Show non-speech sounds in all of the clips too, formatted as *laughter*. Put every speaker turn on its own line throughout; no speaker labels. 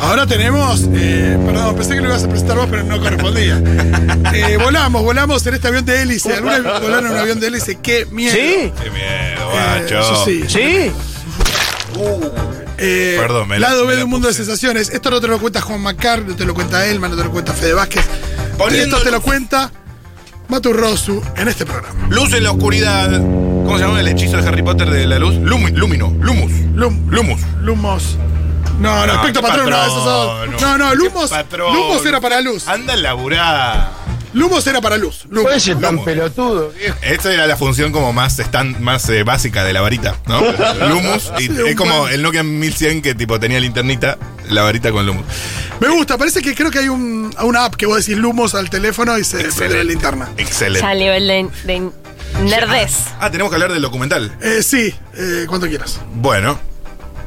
Ahora tenemos, eh, perdón, pensé que lo ibas a presentar vos, pero no correspondía.
*laughs*
Eh, volamos, volamos en este avión de hélice. Alguna vez
*laughs*
volaron en un avión de hélice, qué miedo.
¿Sí?
Qué miedo,
Eh,
guacho.
eso sí.
¿Sí?
Uh,
Eh,
Perdón, me la-
Lado B
me la
de un mundo de
puse.
sensaciones. Esto no te lo cuenta Juan Macar, no te lo cuenta Elma, no te lo cuenta Fede Vázquez.
Poniendo-
Esto te lo cuenta Maturrosu en este programa.
Luz en la oscuridad. ¿Cómo se llama el hechizo de Harry Potter de la luz? Lumi- Lumino, Lumus.
Lum-
Lumus.
Lumos. No, no,
No,
aspecto
qué
patrón, no, esos son-
patrón.
No, no,
Qué
Lumos.
patrón. Ah.
Lumos era para luz.
Anda a laburar.
Lumos era para luz. Lumos.
Puede ser tan
Vamos.
pelotudo, viejo.
Esta era la función como más stand, más eh, básica de la varita,
*laughs*
¿no? Lumus. y
Sí, un
es como
buen-
el Nokia 1100 que tipo tenía linternita, la varita con Lumus.
Me gusta, parece que creo que hay un, una app que vos decís Lumos al teléfono y se prende la linterna.
Excelente.
Ya nivel de, de nerdez.
Ah, tenemos que hablar del documental.
Eh, sí, eh, cuando quieras.
Bueno.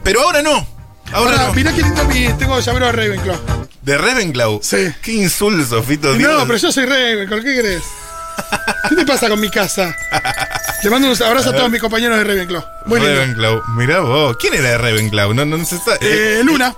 Pero ahora no. Ahora,
Ahora,
no.
mirá qué lindo mi. Tengo llavero de Ravenclaw.
De Ravenclaw.
Sí.
Qué insulso, Fito. Dios.
No, pero yo soy Ravenclaw, ¿qué crees? ¿Qué te pasa con mi casa? Le mando un abrazo a, todos mis compañeros de Ravenclaw. Muy lindo.
Ravenclaw. Mirá vos. ¿Quién era de Ravenclaw? No, no, no se sabe.
Eh, Luna.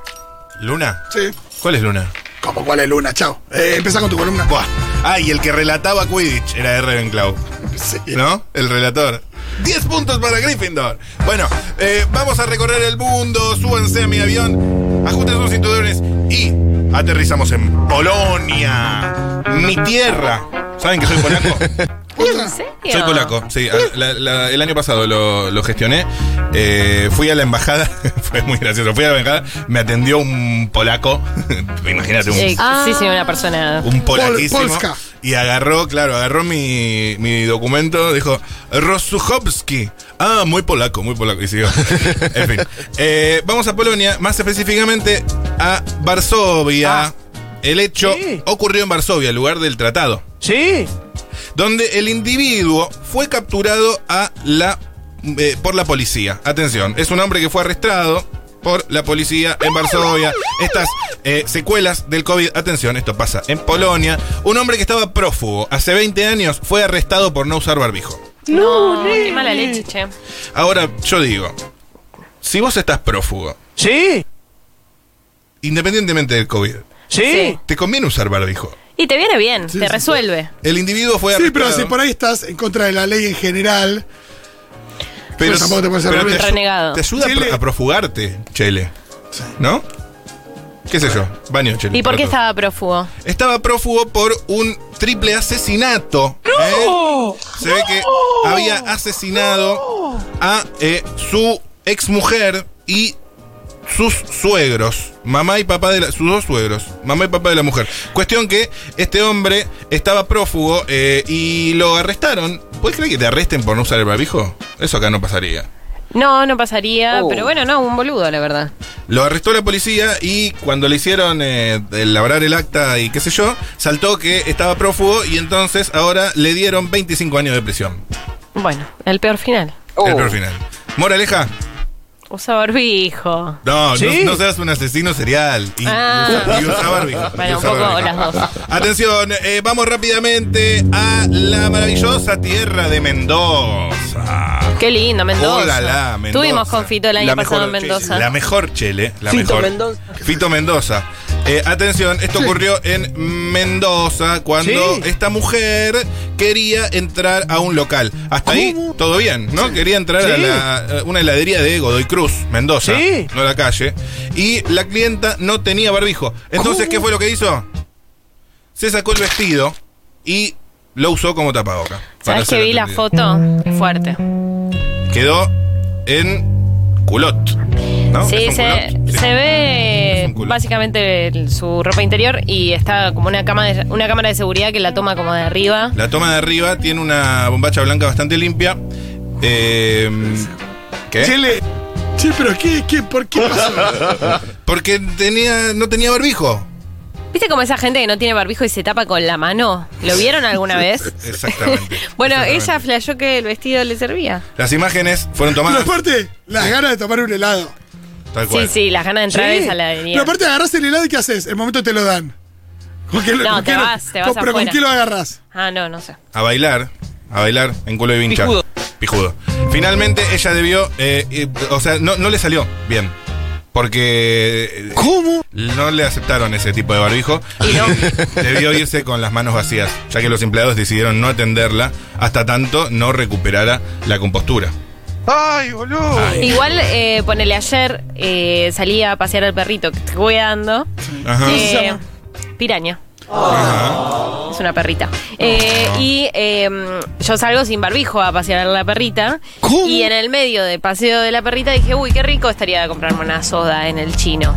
¿Luna?
Sí.
¿Cuál es Luna?
¿Cómo cuál es Luna? Chao. Eh, empezá con tu columna.
Buah. Ah, y el que relataba Quidditch era de Ravenclaw.
Sí.
¿No? El relator. 10 puntos para Gryffindor. Bueno, eh, vamos a recorrer el mundo. Súbanse a mi avión. Ajusten sus cinturones. Y aterrizamos en Polonia. Mi tierra. ¿Saben que
*laughs*
soy polaco?
Otra.
serio? Eh,
Soy polaco, sí. a- la- la- el año pasado lo, lo gestioné. Eh, fui a la embajada, *laughs* fue muy gracioso. Fui a la embajada, me atendió un polaco. *laughs* Imagínate, un,
Eh, Sí, sí, una persona.
un polaquísimo.
Pol- Polska.
Y agarró, claro, agarró mi, mi documento, dijo, Rosuchowski. Ah, muy polaco, muy polaco. Y siguió. *laughs* en fin. Eh, vamos a Polonia, más específicamente a
Ah.
Varsovia. El hecho
Sí.
ocurrió en Varsovia, el lugar del tratado
¿Sí?
donde el individuo fue capturado a la, eh, por la policía. Atención, es un hombre que fue arrestado por la policía en Varsovia. Estas eh, secuelas del COVID, atención, esto pasa en Polonia. Un hombre que estaba prófugo hace 20 años fue arrestado por no usar barbijo.
No, qué mala leche, che.
Ahora, yo digo, si vos estás prófugo,
¿Sí?
independientemente del COVID,
¿Sí?
te conviene usar barbijo.
Y te viene bien,
Sí,
te
sí,
resuelve.
El individuo fue
Sí,
arrestado.
pero si por ahí estás en contra de la ley en general,
Pero,
Pues tampoco te puedes
pero
hacer
te,
barbijo.
Renegado.
te ayuda a
Chele.
pro- a profugarte, Chele. ¿No? ¿Qué sé yo? Baño, Chele.
¿Y por qué
para
estaba prófugo?
todo. Estaba prófugo por un triple asesinato. ¿eh? Se ve que había asesinado a eh, su exmujer y sus suegros, mamá y papá de la- sus dos suegros, mamá y papá de la mujer. Cuestión que este hombre estaba prófugo eh, y lo arrestaron. ¿Puedes creer que te arresten por no usar el barbijo? Eso acá no pasaría.
No, no pasaría,
Oh.
pero bueno, no, un boludo, la verdad.
Lo arrestó la policía y cuando le hicieron eh, labrar el acta y qué sé yo, saltó que estaba prófugo y entonces ahora le dieron 25 años de prisión.
Bueno, el peor final.
El peor final. Moraleja,
Usa barbijo.
no, no-
¿Sí?
no, seas un asesino serial. Y, y
Ah.
usa- y usa
*laughs*
barbijo.
Bueno,
Y
un
usa
poco
barbijo.
las dos.
*laughs* Atención, eh, vamos rápidamente a la maravillosa tierra de Mendoza.
Qué lindo, Mendoza.
Ólala, Mendoza.
Tuvimos confito el año
La
pasado en
mejor-
Mendoza.
La mejor chele. La
Fito
mejor.
Mendoza.
Fito Mendoza. Eh, atención, esto ocurrió en Mendoza cuando
Sí.
esta mujer quería entrar a un local. Hasta ahí, todo bien, ¿no? Quería entrar a
Sí.
la- a una heladería de Godoy Cruz, Mendoza,
Sí.
no la calle. Y la clienta no tenía barbijo. Entonces, ¿qué fue lo que hizo? Se sacó el vestido y lo usó como tapaboca. para
¿Sabes que
ser
vi la
entendido.
foto? Qué fuerte.
Quedó en culot. ¿no? ¿Es
Sí,
un
se,
culot? Sí.
se
Es
ve
un culot.
básicamente el- su ropa interior y está como una, cama de- una cámara de seguridad que la toma como de arriba.
La toma de arriba tiene una bombacha blanca bastante limpia. Eh, ¿Qué?
Chele. Che, pero ¿qué, qué, ¿por *laughs* qué pasó?
Porque tenía, no tenía barbijo.
¿Viste como esa gente que no tiene barbijo y se tapa con la mano? ¿Lo vieron
*laughs*
alguna vez?
Exactamente.
*laughs* Bueno,
Exactamente.
ella flashó que el vestido le servía.
Las imágenes fueron
Pero
tomadas.
aparte, las ganas de tomar un helado.
Tal
Sí,
cual.
sí, las ganas de entrar
Sí.
es a la avenida.
Pero aparte agarrás el helado y ¿qué haces? El momento te lo dan. ¿Con qué lo-
No,
con
te
qué lo-
vas, te vas
con- Pero ¿con
afuera.
qué lo agarrás?
Ah, no, no sé.
A bailar. A bailar en culo de vincha.
Pijudo.
Pijudo. Finalmente ella debió. eh, eh, o sea, no, no le salió bien. Porque eh,
¿Cómo?
no le aceptaron ese tipo de barbijo.
Y no.
*laughs* Debió irse con las manos vacías, ya que los empleados decidieron no atenderla hasta tanto no recuperara la compostura.
Ay, boludo.
Igual, eh, ponele ayer, eh, salí a pasear al perrito que estoy cuidando.
Ajá.
Sí. Oh. se
Eh,
llama?
piraña.
Ajá.
Es una perrita. Eh, y eh, yo salgo sin barbijo a pasear a la perrita.
¿Cómo?
Y en el medio de paseo de la perrita dije, uy, qué rico estaría comprarme una soda en el chino.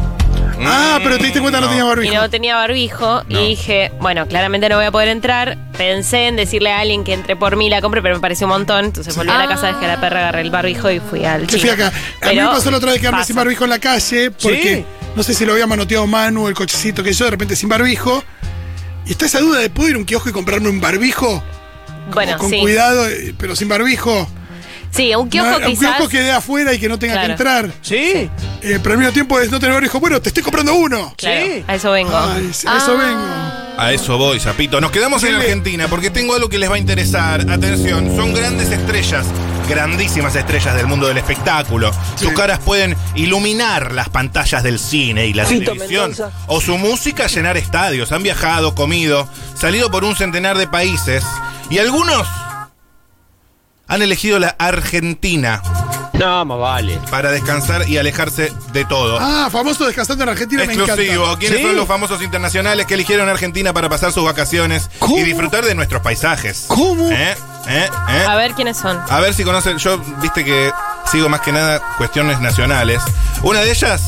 Ah, pero te diste cuenta que no tenía barbijo.
Mm. Y no tenía barbijo.
No.
Y dije, bueno, claramente no voy a poder entrar. Pensé en decirle a alguien que entre por mí y la compre, pero me pareció un montón. Entonces volví a la
Ah.
casa, dejé a la perra, agarré el barbijo y fui al
Yo
chino.
fui acá. A mí me
Pero
pasó la otra vez quedarme
pasa.
sin barbijo en la calle porque no sé si lo había manoteado Manu, el cochecito que yo, de repente sin barbijo. Y está esa duda de puedo ir a un kiosco y comprarme un barbijo.
Bueno,
con
sí.
cuidado, eh, pero sin barbijo.
Sí, un kiosco
No, un
quizás.
kiosco que dé afuera y que no tenga que
Claro.
entrar.
Sí.
Eh, pero al mismo tiempo es no tener barbijo. Bueno, te estoy comprando uno.
Claro,
Sí.
a eso vengo.
Ay, sí, a
Ah.
eso vengo.
A eso voy, Zapito. Nos quedamos en
Dile.
Argentina porque tengo algo que les va a interesar. Atención, son grandes estrellas, grandísimas estrellas del mundo del espectáculo. Sus caras pueden iluminar las pantallas del cine y la
Fito
televisión.
Mendoza.
O su música llenar estadios. Han viajado, comido, salido por un centenar de países. Y algunos han elegido la Argentina
No, más vale.
para descansar y alejarse de todo.
Ah, famoso descansando en Argentina, me
Exclusivo.
encanta.
¿Quiénes
Sí.
son los famosos internacionales que eligieron Argentina para pasar sus vacaciones
¿Cómo?
y disfrutar de nuestros paisajes?
¿Cómo?
¿Eh? ¿Eh? ¿Eh?
A ver quiénes son.
A ver si conocen. Yo, viste que sigo más que nada cuestiones nacionales. Una de ellas,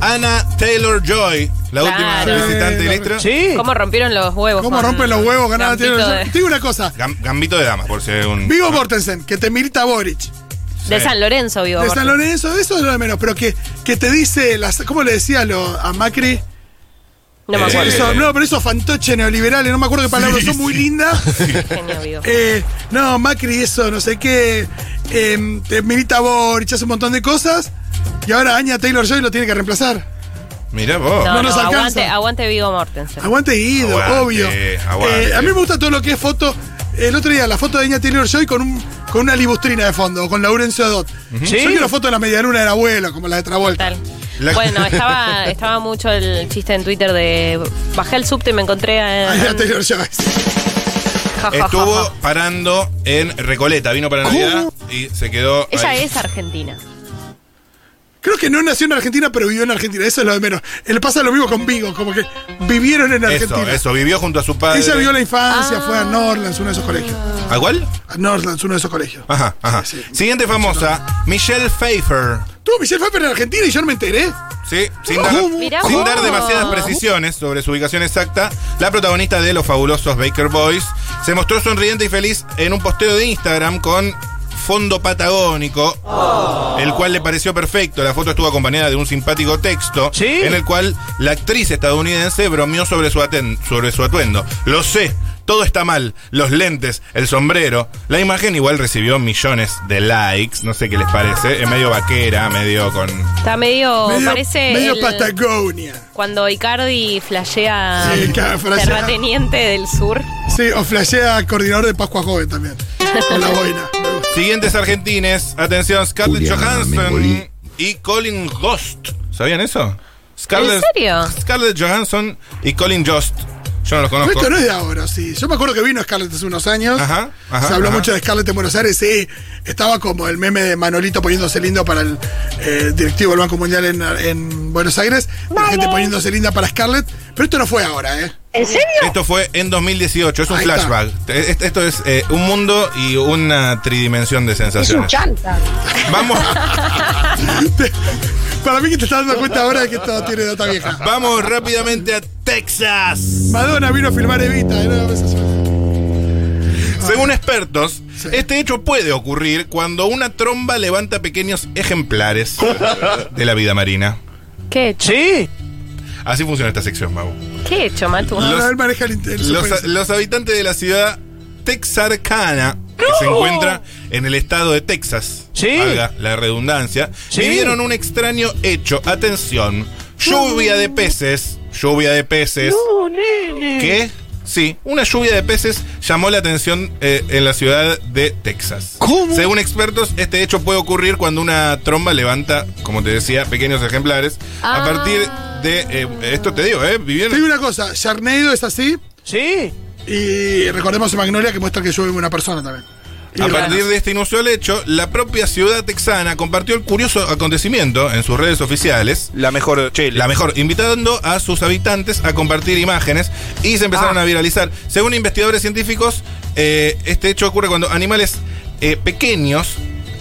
Anna Taylor Joy, la
Claro.
última visitante
Sí,
del Electro.
Sí.
¿Cómo rompieron los huevos?
¿Cómo
con
rompen los huevos ganada
Trumpito
tiene?
de-
Te digo una cosa.
Gam- Gambito de damas, por si hay un.
Vigo Mortensen, que te milita Boric.
De
Sí.
San Lorenzo, vivo.
De San Lorenzo, eso es lo de menos, pero que, que te dice, las, ¿cómo le decía lo- a Macri?
No me
Eh,
acuerdo.
Eso, no, pero esos fantoches neoliberales, no me acuerdo qué palabras, son muy lindas.
Genio, Vigo.
Eh, no, Macri, eso, no sé qué. eh, te milita Boric, hace un montón de cosas. Y ahora Aña Taylor Joy lo tiene que reemplazar.
Mirá vos.
No,
no
no,
nos alcanza.
aguante, aguante Vigo Mortensen.
Aguante Guido,
Aguante,
obvio.
aguante.
Eh, a mí me gusta todo lo que es foto. El otro día, la foto de Aña Taylor Joy con, un, con una libustrina de fondo, con Laurencio Adot.
Sí.
Yo quiero foto de la medialuna del abuelo, como la de Travolta.
Tal.
La-
Bueno, estaba, estaba mucho el chiste en Twitter de bajé el subte y me encontré a.
Aña Taylor Joy.
Ja, ja, ja,
Estuvo
ja.
parando en Recoleta, vino para Navidad y se quedó.
Ella
ahí.
es argentina.
Creo que no nació en Argentina, pero vivió en Argentina. Eso es lo de menos. Le pasa lo mismo con Vigo, como que vivieron en
Eso,
Argentina.
eso, vivió junto a su padre.
Ella vio la
Ah.
infancia, fue a Norlands, uno de esos colegios.
¿A cuál?
A Norlands, uno de esos colegios.
Ajá, ajá.
Sí, sí.
Siguiente famosa, Michelle Pfeiffer.
Tuvo Michelle Pfeiffer en Argentina y yo no me enteré.
Sí, sin dar,
¿Cómo?
Mirá
sin
vos.
dar demasiadas precisiones sobre su ubicación exacta, la protagonista de Los Fabulosos Baker Boys se mostró sonriente y feliz en un posteo de Instagram con fondo patagónico, el cual le pareció perfecto. La foto estuvo acompañada de un simpático texto
Sí.
en el cual la actriz estadounidense bromeó sobre su, aten- sobre su atuendo. Lo sé. Todo está mal, los lentes, el sombrero. La imagen igual recibió millones de likes, no sé qué les parece. Es medio vaquera, medio con...
Está medio.
medio
Oh, parece.
medio
el-
Patagonia.
cuando Icardi flashea
Sí, claro, flashea.
terrateniente del sur.
Sí, o flashea coordinador de Pascua Joven también. Con la boina. Me gusta.
Siguientes argentines, atención, Scarlett
Juliana
Johansson
Mengolini.
y Colin Ghost. ¿Sabían eso?
¿En serio?
Scarlett Johansson y Colin Jost. Yo no los
Pero
conozco.
esto no es de ahora, sí. Yo me acuerdo que vino Scarlett hace unos años.
Ajá, ajá,
Se habló
ajá.
mucho de Scarlett en Buenos Aires, sí. Estaba como el meme de Manolito poniéndose lindo para el eh, directivo del Banco Mundial en, en Buenos Aires. La gente poniéndose linda para Scarlett. Pero esto no fue ahora, ¿eh? *laughs*
Esto fue en 2018, es un
Ahí está.
flashback. Es- es- Esto es eh, un mundo y una tridimensión de sensaciones. Vamos,
Te- para mí que te estás dando cuenta ahora de que esto tiene data vieja.
vamos rápidamente a Texas.
Madonna vino a filmar Evita. ¿eh? No, eso es-
Según expertos,
Sí.
este hecho puede ocurrir cuando una tromba levanta pequeños ejemplares de la vida marina.
¿Qué hecho?
Sí.
Así funciona esta sección, Mau.
¿Qué hecho, Matu?
No,
Los-
no, él maneja el, inter- el
Los,
suspense.
los habitantes de la ciudad texarcana, que se encuentra en el estado de Texas,
Sí.
valga la redundancia,
Sí.
vivieron un extraño hecho. Atención, lluvia de peces, lluvia de peces,
No, nene.
que Sí, una lluvia de peces llamó la atención eh, en la ciudad de Texas.
¿Cómo?
Según expertos, este hecho puede ocurrir cuando una tromba levanta, como te decía, pequeños ejemplares. A
Ah.
partir de. eh, esto te digo, ¿eh?
Te digo
Viviendo.
una cosa, Sharnado es así
Sí.
y recordemos en Magnolia que muestra que llueve una persona también. Y
A
ranas.
partir de este inusual hecho, la propia ciudad texana compartió el curioso acontecimiento en sus redes oficiales.
La mejor chela.
La mejor, invitando a sus habitantes a compartir imágenes y se empezaron
Ah.
a viralizar. Según investigadores científicos, eh, este hecho ocurre cuando animales eh, pequeños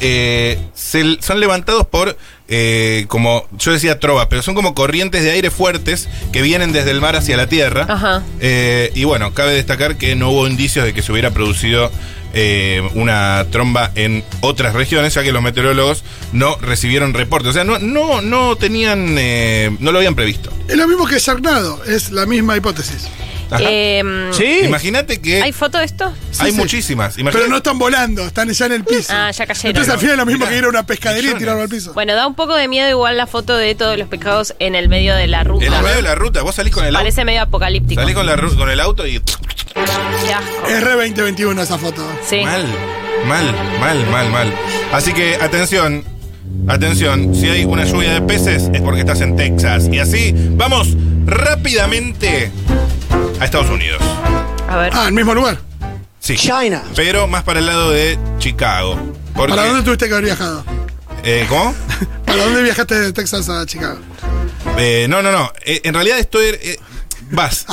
eh, se- son levantados por, eh, como yo decía, trova, pero son como corrientes de aire fuertes que vienen desde el mar hacia la tierra.
Ajá.
Eh, y bueno, cabe destacar que no hubo indicios de que se hubiera producido eh, una tromba en otras regiones, ya que los meteorólogos no recibieron reportes. O sea, no, no, no tenían, eh, no lo habían previsto.
Es lo mismo que Sharnado, es la misma hipótesis.
Ajá.
Eh,
Sí.
Imagínate que
¿Hay
hay,
foto de esto?
sí.
muchísimas.
Pero
Imagínate-
no están volando, están ya en el piso.
Ah, ya cayeron.
Entonces al final es lo mismo
Mirá,
que ir a una pescadería y
millones.
tirarlo al piso.
Bueno, da un poco de miedo igual la foto de todos los pecados en el medio de la ruta.
en el medio de la ruta, vos salís con el auto.
Parece medio apocalíptico.
Salís con, la ru- con el auto y.
Qué asco.
Es re 2021 esa foto.
Sí.
Mal, mal, mal, mal, mal. Así que atención, atención, si hay una lluvia de peces es porque estás en Texas. Y así vamos rápidamente a Estados Unidos.
A ver.
Ah, el mismo lugar.
Sí.
China.
Pero más para el lado de Chicago. Porque,
¿Para dónde tuviste que haber viajado?
eh, ¿Cómo?
¿Para dónde viajaste de Texas a Chicago?
Eh, no, no, no. Eh, en realidad estoy. eh, vas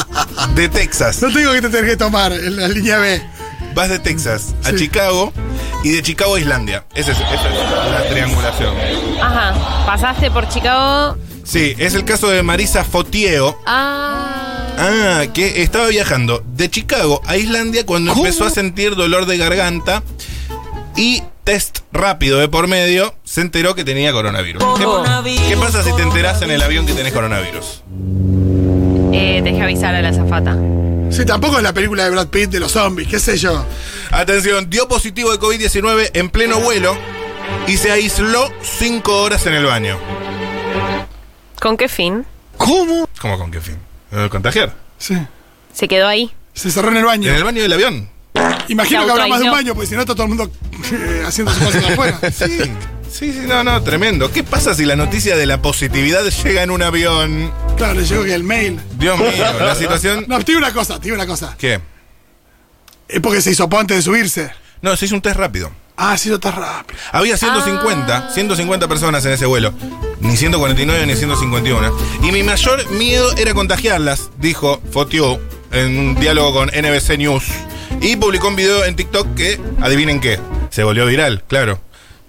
de Texas.
No te digo que te tenés que tomar en la línea B.
Vas de Texas a
Sí.
Chicago y de Chicago a Islandia. Esa es, esa es la triangulación.
Ajá. Pasaste por Chicago.
Sí, es el caso de Marisa Fotieo.
Ah.
Ah, que estaba viajando de Chicago a Islandia cuando
¿Cómo?
empezó a sentir dolor de garganta y test rápido de por medio, se enteró que tenía coronavirus. ¿Qué-
Oh.
¿Qué, pasa si te enterás en el avión que tenés coronavirus?
Eh, dejé avisar a la zafata.
Sí, tampoco es la película de Brad Pitt de los zombies, qué sé yo.
Atención, dio positivo de COVID-19 en pleno vuelo y se aisló cinco horas en el baño.
¿Con qué fin?
¿Cómo?
¿Cómo con qué fin? Eh, ¿Contagiar?
Sí.
Se quedó ahí.
Se cerró en el
¿En
baño.
el baño del avión?
Imagino que habrá más de un
autoaisló.
baño, porque si no está todo el mundo *laughs* eh, haciendo sus cosas afuera.
*laughs* Sí, sí, sí, no, no, tremendo. ¿Qué pasa si la noticia de la positividad llega en un avión?
Claro, llegó que el mail.
Dios mío, la situación...
No, te digo una cosa, te digo una cosa.
¿Qué?
Es porque se hizo antes de subirse.
No, se hizo un test rápido.
Ah, sí, no está rápido.
Había 150, 150 personas en ese vuelo. Ni 149 ni 151. Y mi mayor miedo era contagiarlas, dijo Fotiou en un diálogo con NBC News. Y publicó un video en TikTok que, adivinen qué, se volvió viral, claro.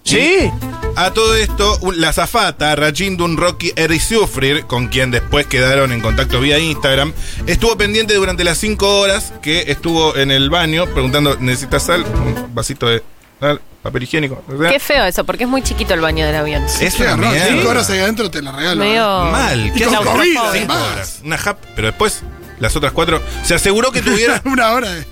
Sí.
A todo esto, un- la zafata Rajindun Rocky Erisufrir, con quien después quedaron en contacto vía Instagram, estuvo pendiente durante las 5 horas que estuvo en el baño preguntando, ¿necesitas sal? Un vasito de sal, papel higiénico.
Qué feo eso, porque es muy chiquito el baño del avión.
Es
Sí,
una
agarró,
mierda.
cinco horas ahí adentro te la regalo. ¿eh?
Medio.
Mal.
Y
¿Qué
con
haces?
COVID,
Cinco
además.
horas. Una jap, pero después las otras cuatro. Se aseguró
*laughs*
que tuviera,
una hora. eh.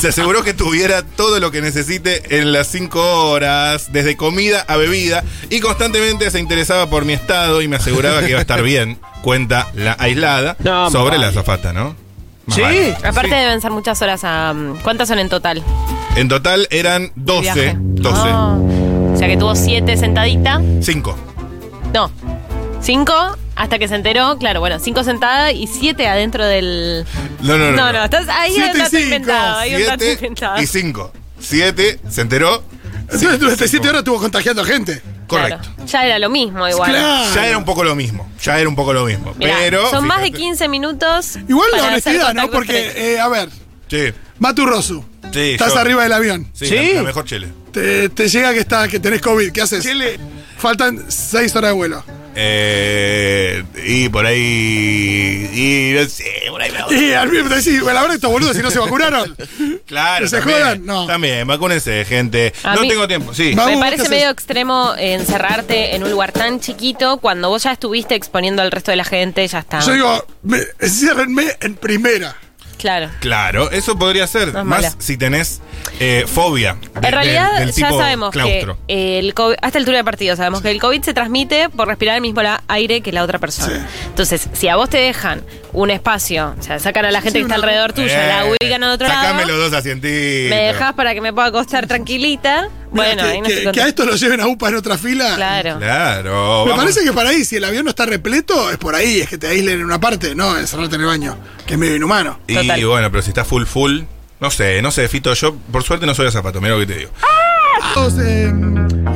se aseguró que tuviera todo lo que necesite en las cinco horas, desde comida a bebida, y constantemente se interesaba por mi estado y me aseguraba que iba a estar bien. Cuenta la aislada
No,
sobre
vale.
la azafata, ¿no? Más
Sí.
vale.
Aparte deben ser muchas horas a. ¿Cuántas son en total?
En total eran
de
12.
viaje?
12.
Ah. O sea que tuvo siete sentadita.
5.
No. Cinco, hasta que se enteró, claro, bueno, cinco sentadas y siete adentro del.
No, no, no.
No, no, estás ahí hay
Siete
un
y
dato
cinco,
inventado, hay un dato
Siete
inventado.
y 5. 7 se enteró.
Entonces *laughs* durante siete horas estuvo contagiando gente.
Claro,
Correcto.
ya era lo mismo igual.
Claro.
Ya era un poco lo mismo. Ya era un poco lo mismo.
Mirá,
pero.
son más de
fíjate.
15 minutos.
Igual la
para hacer
honestidad, ¿no?
contacto
Porque,
estrecho.
eh, a ver,
Sí.
Matu Rosu.
Sí,
estás
yo-
arriba del avión.
Sí,
¿Sí?
La, la mejor chile.
Te, te llega que está, que tenés COVID. ¿Qué haces? Faltan seis horas de vuelo.
Eh, y por ahí. Y no sé, por ahí me voy.
Y al mismo te decís, bueno, ahora estos boludos si no se vacunaron.
Claro.
¿Que se
también,
jodan? No.
También, vacúnense, gente.
A
no
mí-
tengo tiempo, sí.
Va- Vamos,
Me
¿qué
parece
haces?
medio extremo eh, encerrarte en un lugar tan chiquito cuando Ah. vos ya estuviste exponiendo al resto de la gente, ya está.
Yo digo, me, enciérrenme en primera.
Claro.
Claro, eso podría ser.
No es
más
mala.
si tenés eh, fobia. de- de-
En realidad,
del
ya
tipo
sabemos
claustro.
que el COVID, hasta altura de partido, sabemos que el COVID se transmite por respirar el mismo la- aire que la otra persona. Entonces, si a vos te dejan un espacio, o sea, sacan a la gente que está alrededor tuyo, la
Eh,
ubican a otro
sacame
lado,
los dos asientitos.
me dejas para que me pueda acostar tranquilita.
Mira,
Bueno,
que,
ahí no
que-
se
que
contó.
a esto lo lleven a UPA en otra fila.
Claro.
Claro.
Me
vamos.
parece que para ahí, si el avión no está repleto, es por ahí, es que te aíslen en una parte, no encerrarte en el baño, que es medio inhumano.
Y
Total.
bueno, pero si está full, full. No sé, no sé, Fito. Yo, por suerte, no soy de zapato. Mira lo que te digo.
Todos eh,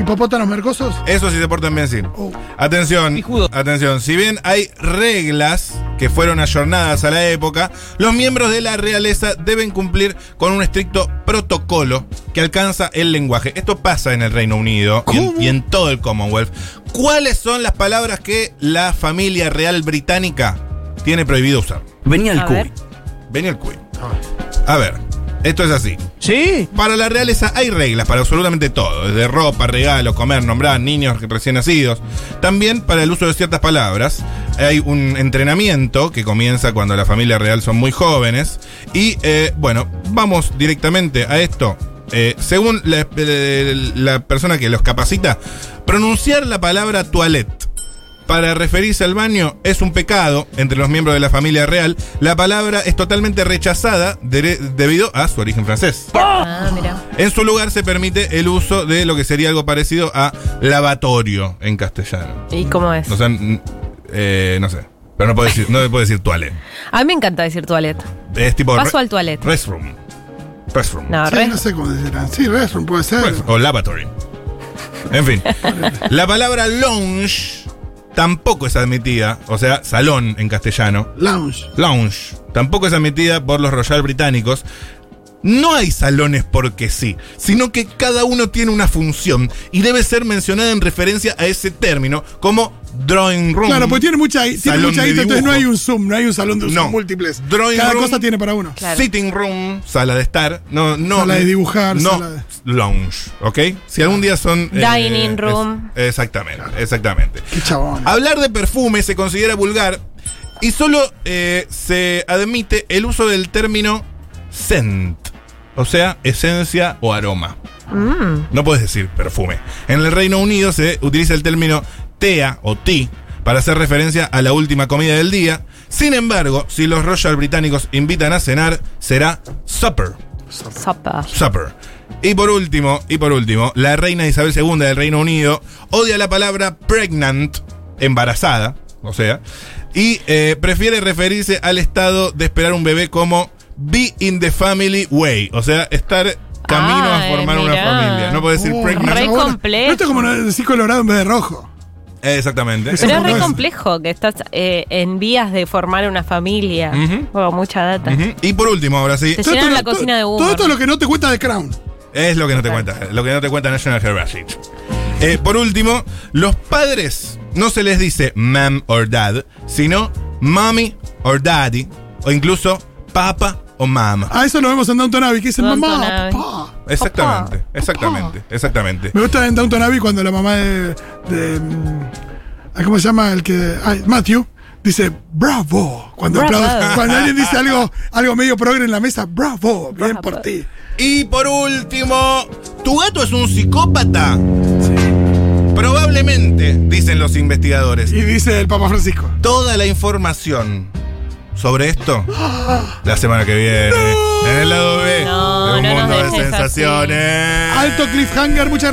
hipopótanos mercosos.
Eso sí se portan bien, sí.
Oh.
Atención, atención. Si bien hay reglas que fueron ayornadas a la época, los miembros de la realeza deben cumplir con un estricto protocolo que alcanza el lenguaje. Esto pasa en el Reino Unido y en, y en todo el Commonwealth. ¿Cuáles son las palabras que la familia real británica tiene prohibido usar?
Venía el
A ver.
cuy.
Ven el cuy. A ver, esto es así.
Sí.
Para la realeza hay reglas para absolutamente todo, desde ropa, regalos, comer, nombrar, niños recién nacidos. También para el uso de ciertas palabras. Hay un entrenamiento que comienza cuando la familia real son muy jóvenes. Y eh, bueno, vamos directamente a esto. Eh, según la, eh, la persona que los capacita, pronunciar la palabra toilette. Para referirse al baño es un pecado entre los miembros de la familia real. La palabra es totalmente rechazada dere- debido a su origen francés.
Ah, mira.
En su lugar se permite el uso de lo que sería algo parecido a lavatorio en castellano.
¿Y cómo es?
O sea, n- eh, no sé. Pero no puedo decir, no puedo decir toilet.
A mí me encanta decir toilet.
Es tipo.
Paso
re-
al toilet.
Restroom. Restroom.
No,
Sí,
Ah, re-
no sé cómo decirán. Sí, restroom puede ser.
Pues, o lavatory. En fin. La palabra lounge tampoco es admitida. O sea, salón en castellano.
Lounge.
Lounge. Tampoco es admitida por los Royal británicos. No hay salones porque sí, sino que cada uno tiene una función y debe ser mencionada en referencia a ese término como drawing room.
Claro, pues tiene mucha, tiene
Salón
mucha
de
guita, entonces no
dibujo.
hay un Zoom, no hay un salón de Zoom
No.
múltiples.
Drawing
Cada
room.
cosa tiene para uno.
Claro.
Sitting room, sala de estar, no, no, eh,
Sala de dibujar,
no,
sala de-
lounge, ¿ok? Si algún día son eh,
Dining room.
es- exactamente, exactamente.
Qué chabón.
Ah,
Hablar de perfume se considera vulgar y solo eh, se admite el uso del término scent, o sea, esencia o aroma. No puedes decir perfume. En el Reino Unido se utiliza el término tea o tea para hacer referencia a la última comida del día. Sin embargo, si los Royal británicos invitan a cenar, será supper.
sopa.
Supper. Y por último, y por último, la reina Isabel II del Reino Unido odia la palabra pregnant, embarazada, o sea, y eh, prefiere referirse al estado de esperar un bebé como be in the family way, o sea, estar camino
Ay,
a formar una
Ah, mirá. Uh,
familia. No puede decir
Oh,
pregnant.
re
chabón.
complejo.
Esto es como decir colorado en vez de rojo.
Eh, Exactamente.
Pero es
Eso
re
no es.
complejo que estás eh, en vías de formar una familia.
Ujú.
Wow, mucha data.
Ujú. Y por último, ahora sí,
Te llenan
esto
la
lo-
cocina de
todo-
humo.
Todo esto lo que no te cuenta de Crown.
Es lo que no te cuenta, lo que no te cuenta National Geographic. Eh, por último, los padres no se les dice mam or dad, sino mommy or daddy, o incluso papa o mama.
A eso lo vemos en Downton Abbey, que dicen
Downton
mamá,
Abbey".
papá.
Exactamente, exactamente, exactamente.
Me gusta en Downton Abbey cuando la mamá de. de, mm, ay, ¿Cómo se llama el que.? ay, Matthew. Dice, bravo. Cuando,
Bravo.
aplaude- cuando alguien dice algo, algo medio progre en la mesa, bravo, bien por ti.
Y por último, ¿tu gato es un psicópata? Probablemente, dicen los investigadores.
Y dice el Papa Francisco.
Toda la información sobre esto la semana que viene. En el lado B
No,
de un
no nos
mundo de
dejes así.
sensaciones.
Alto cliffhanger, muchas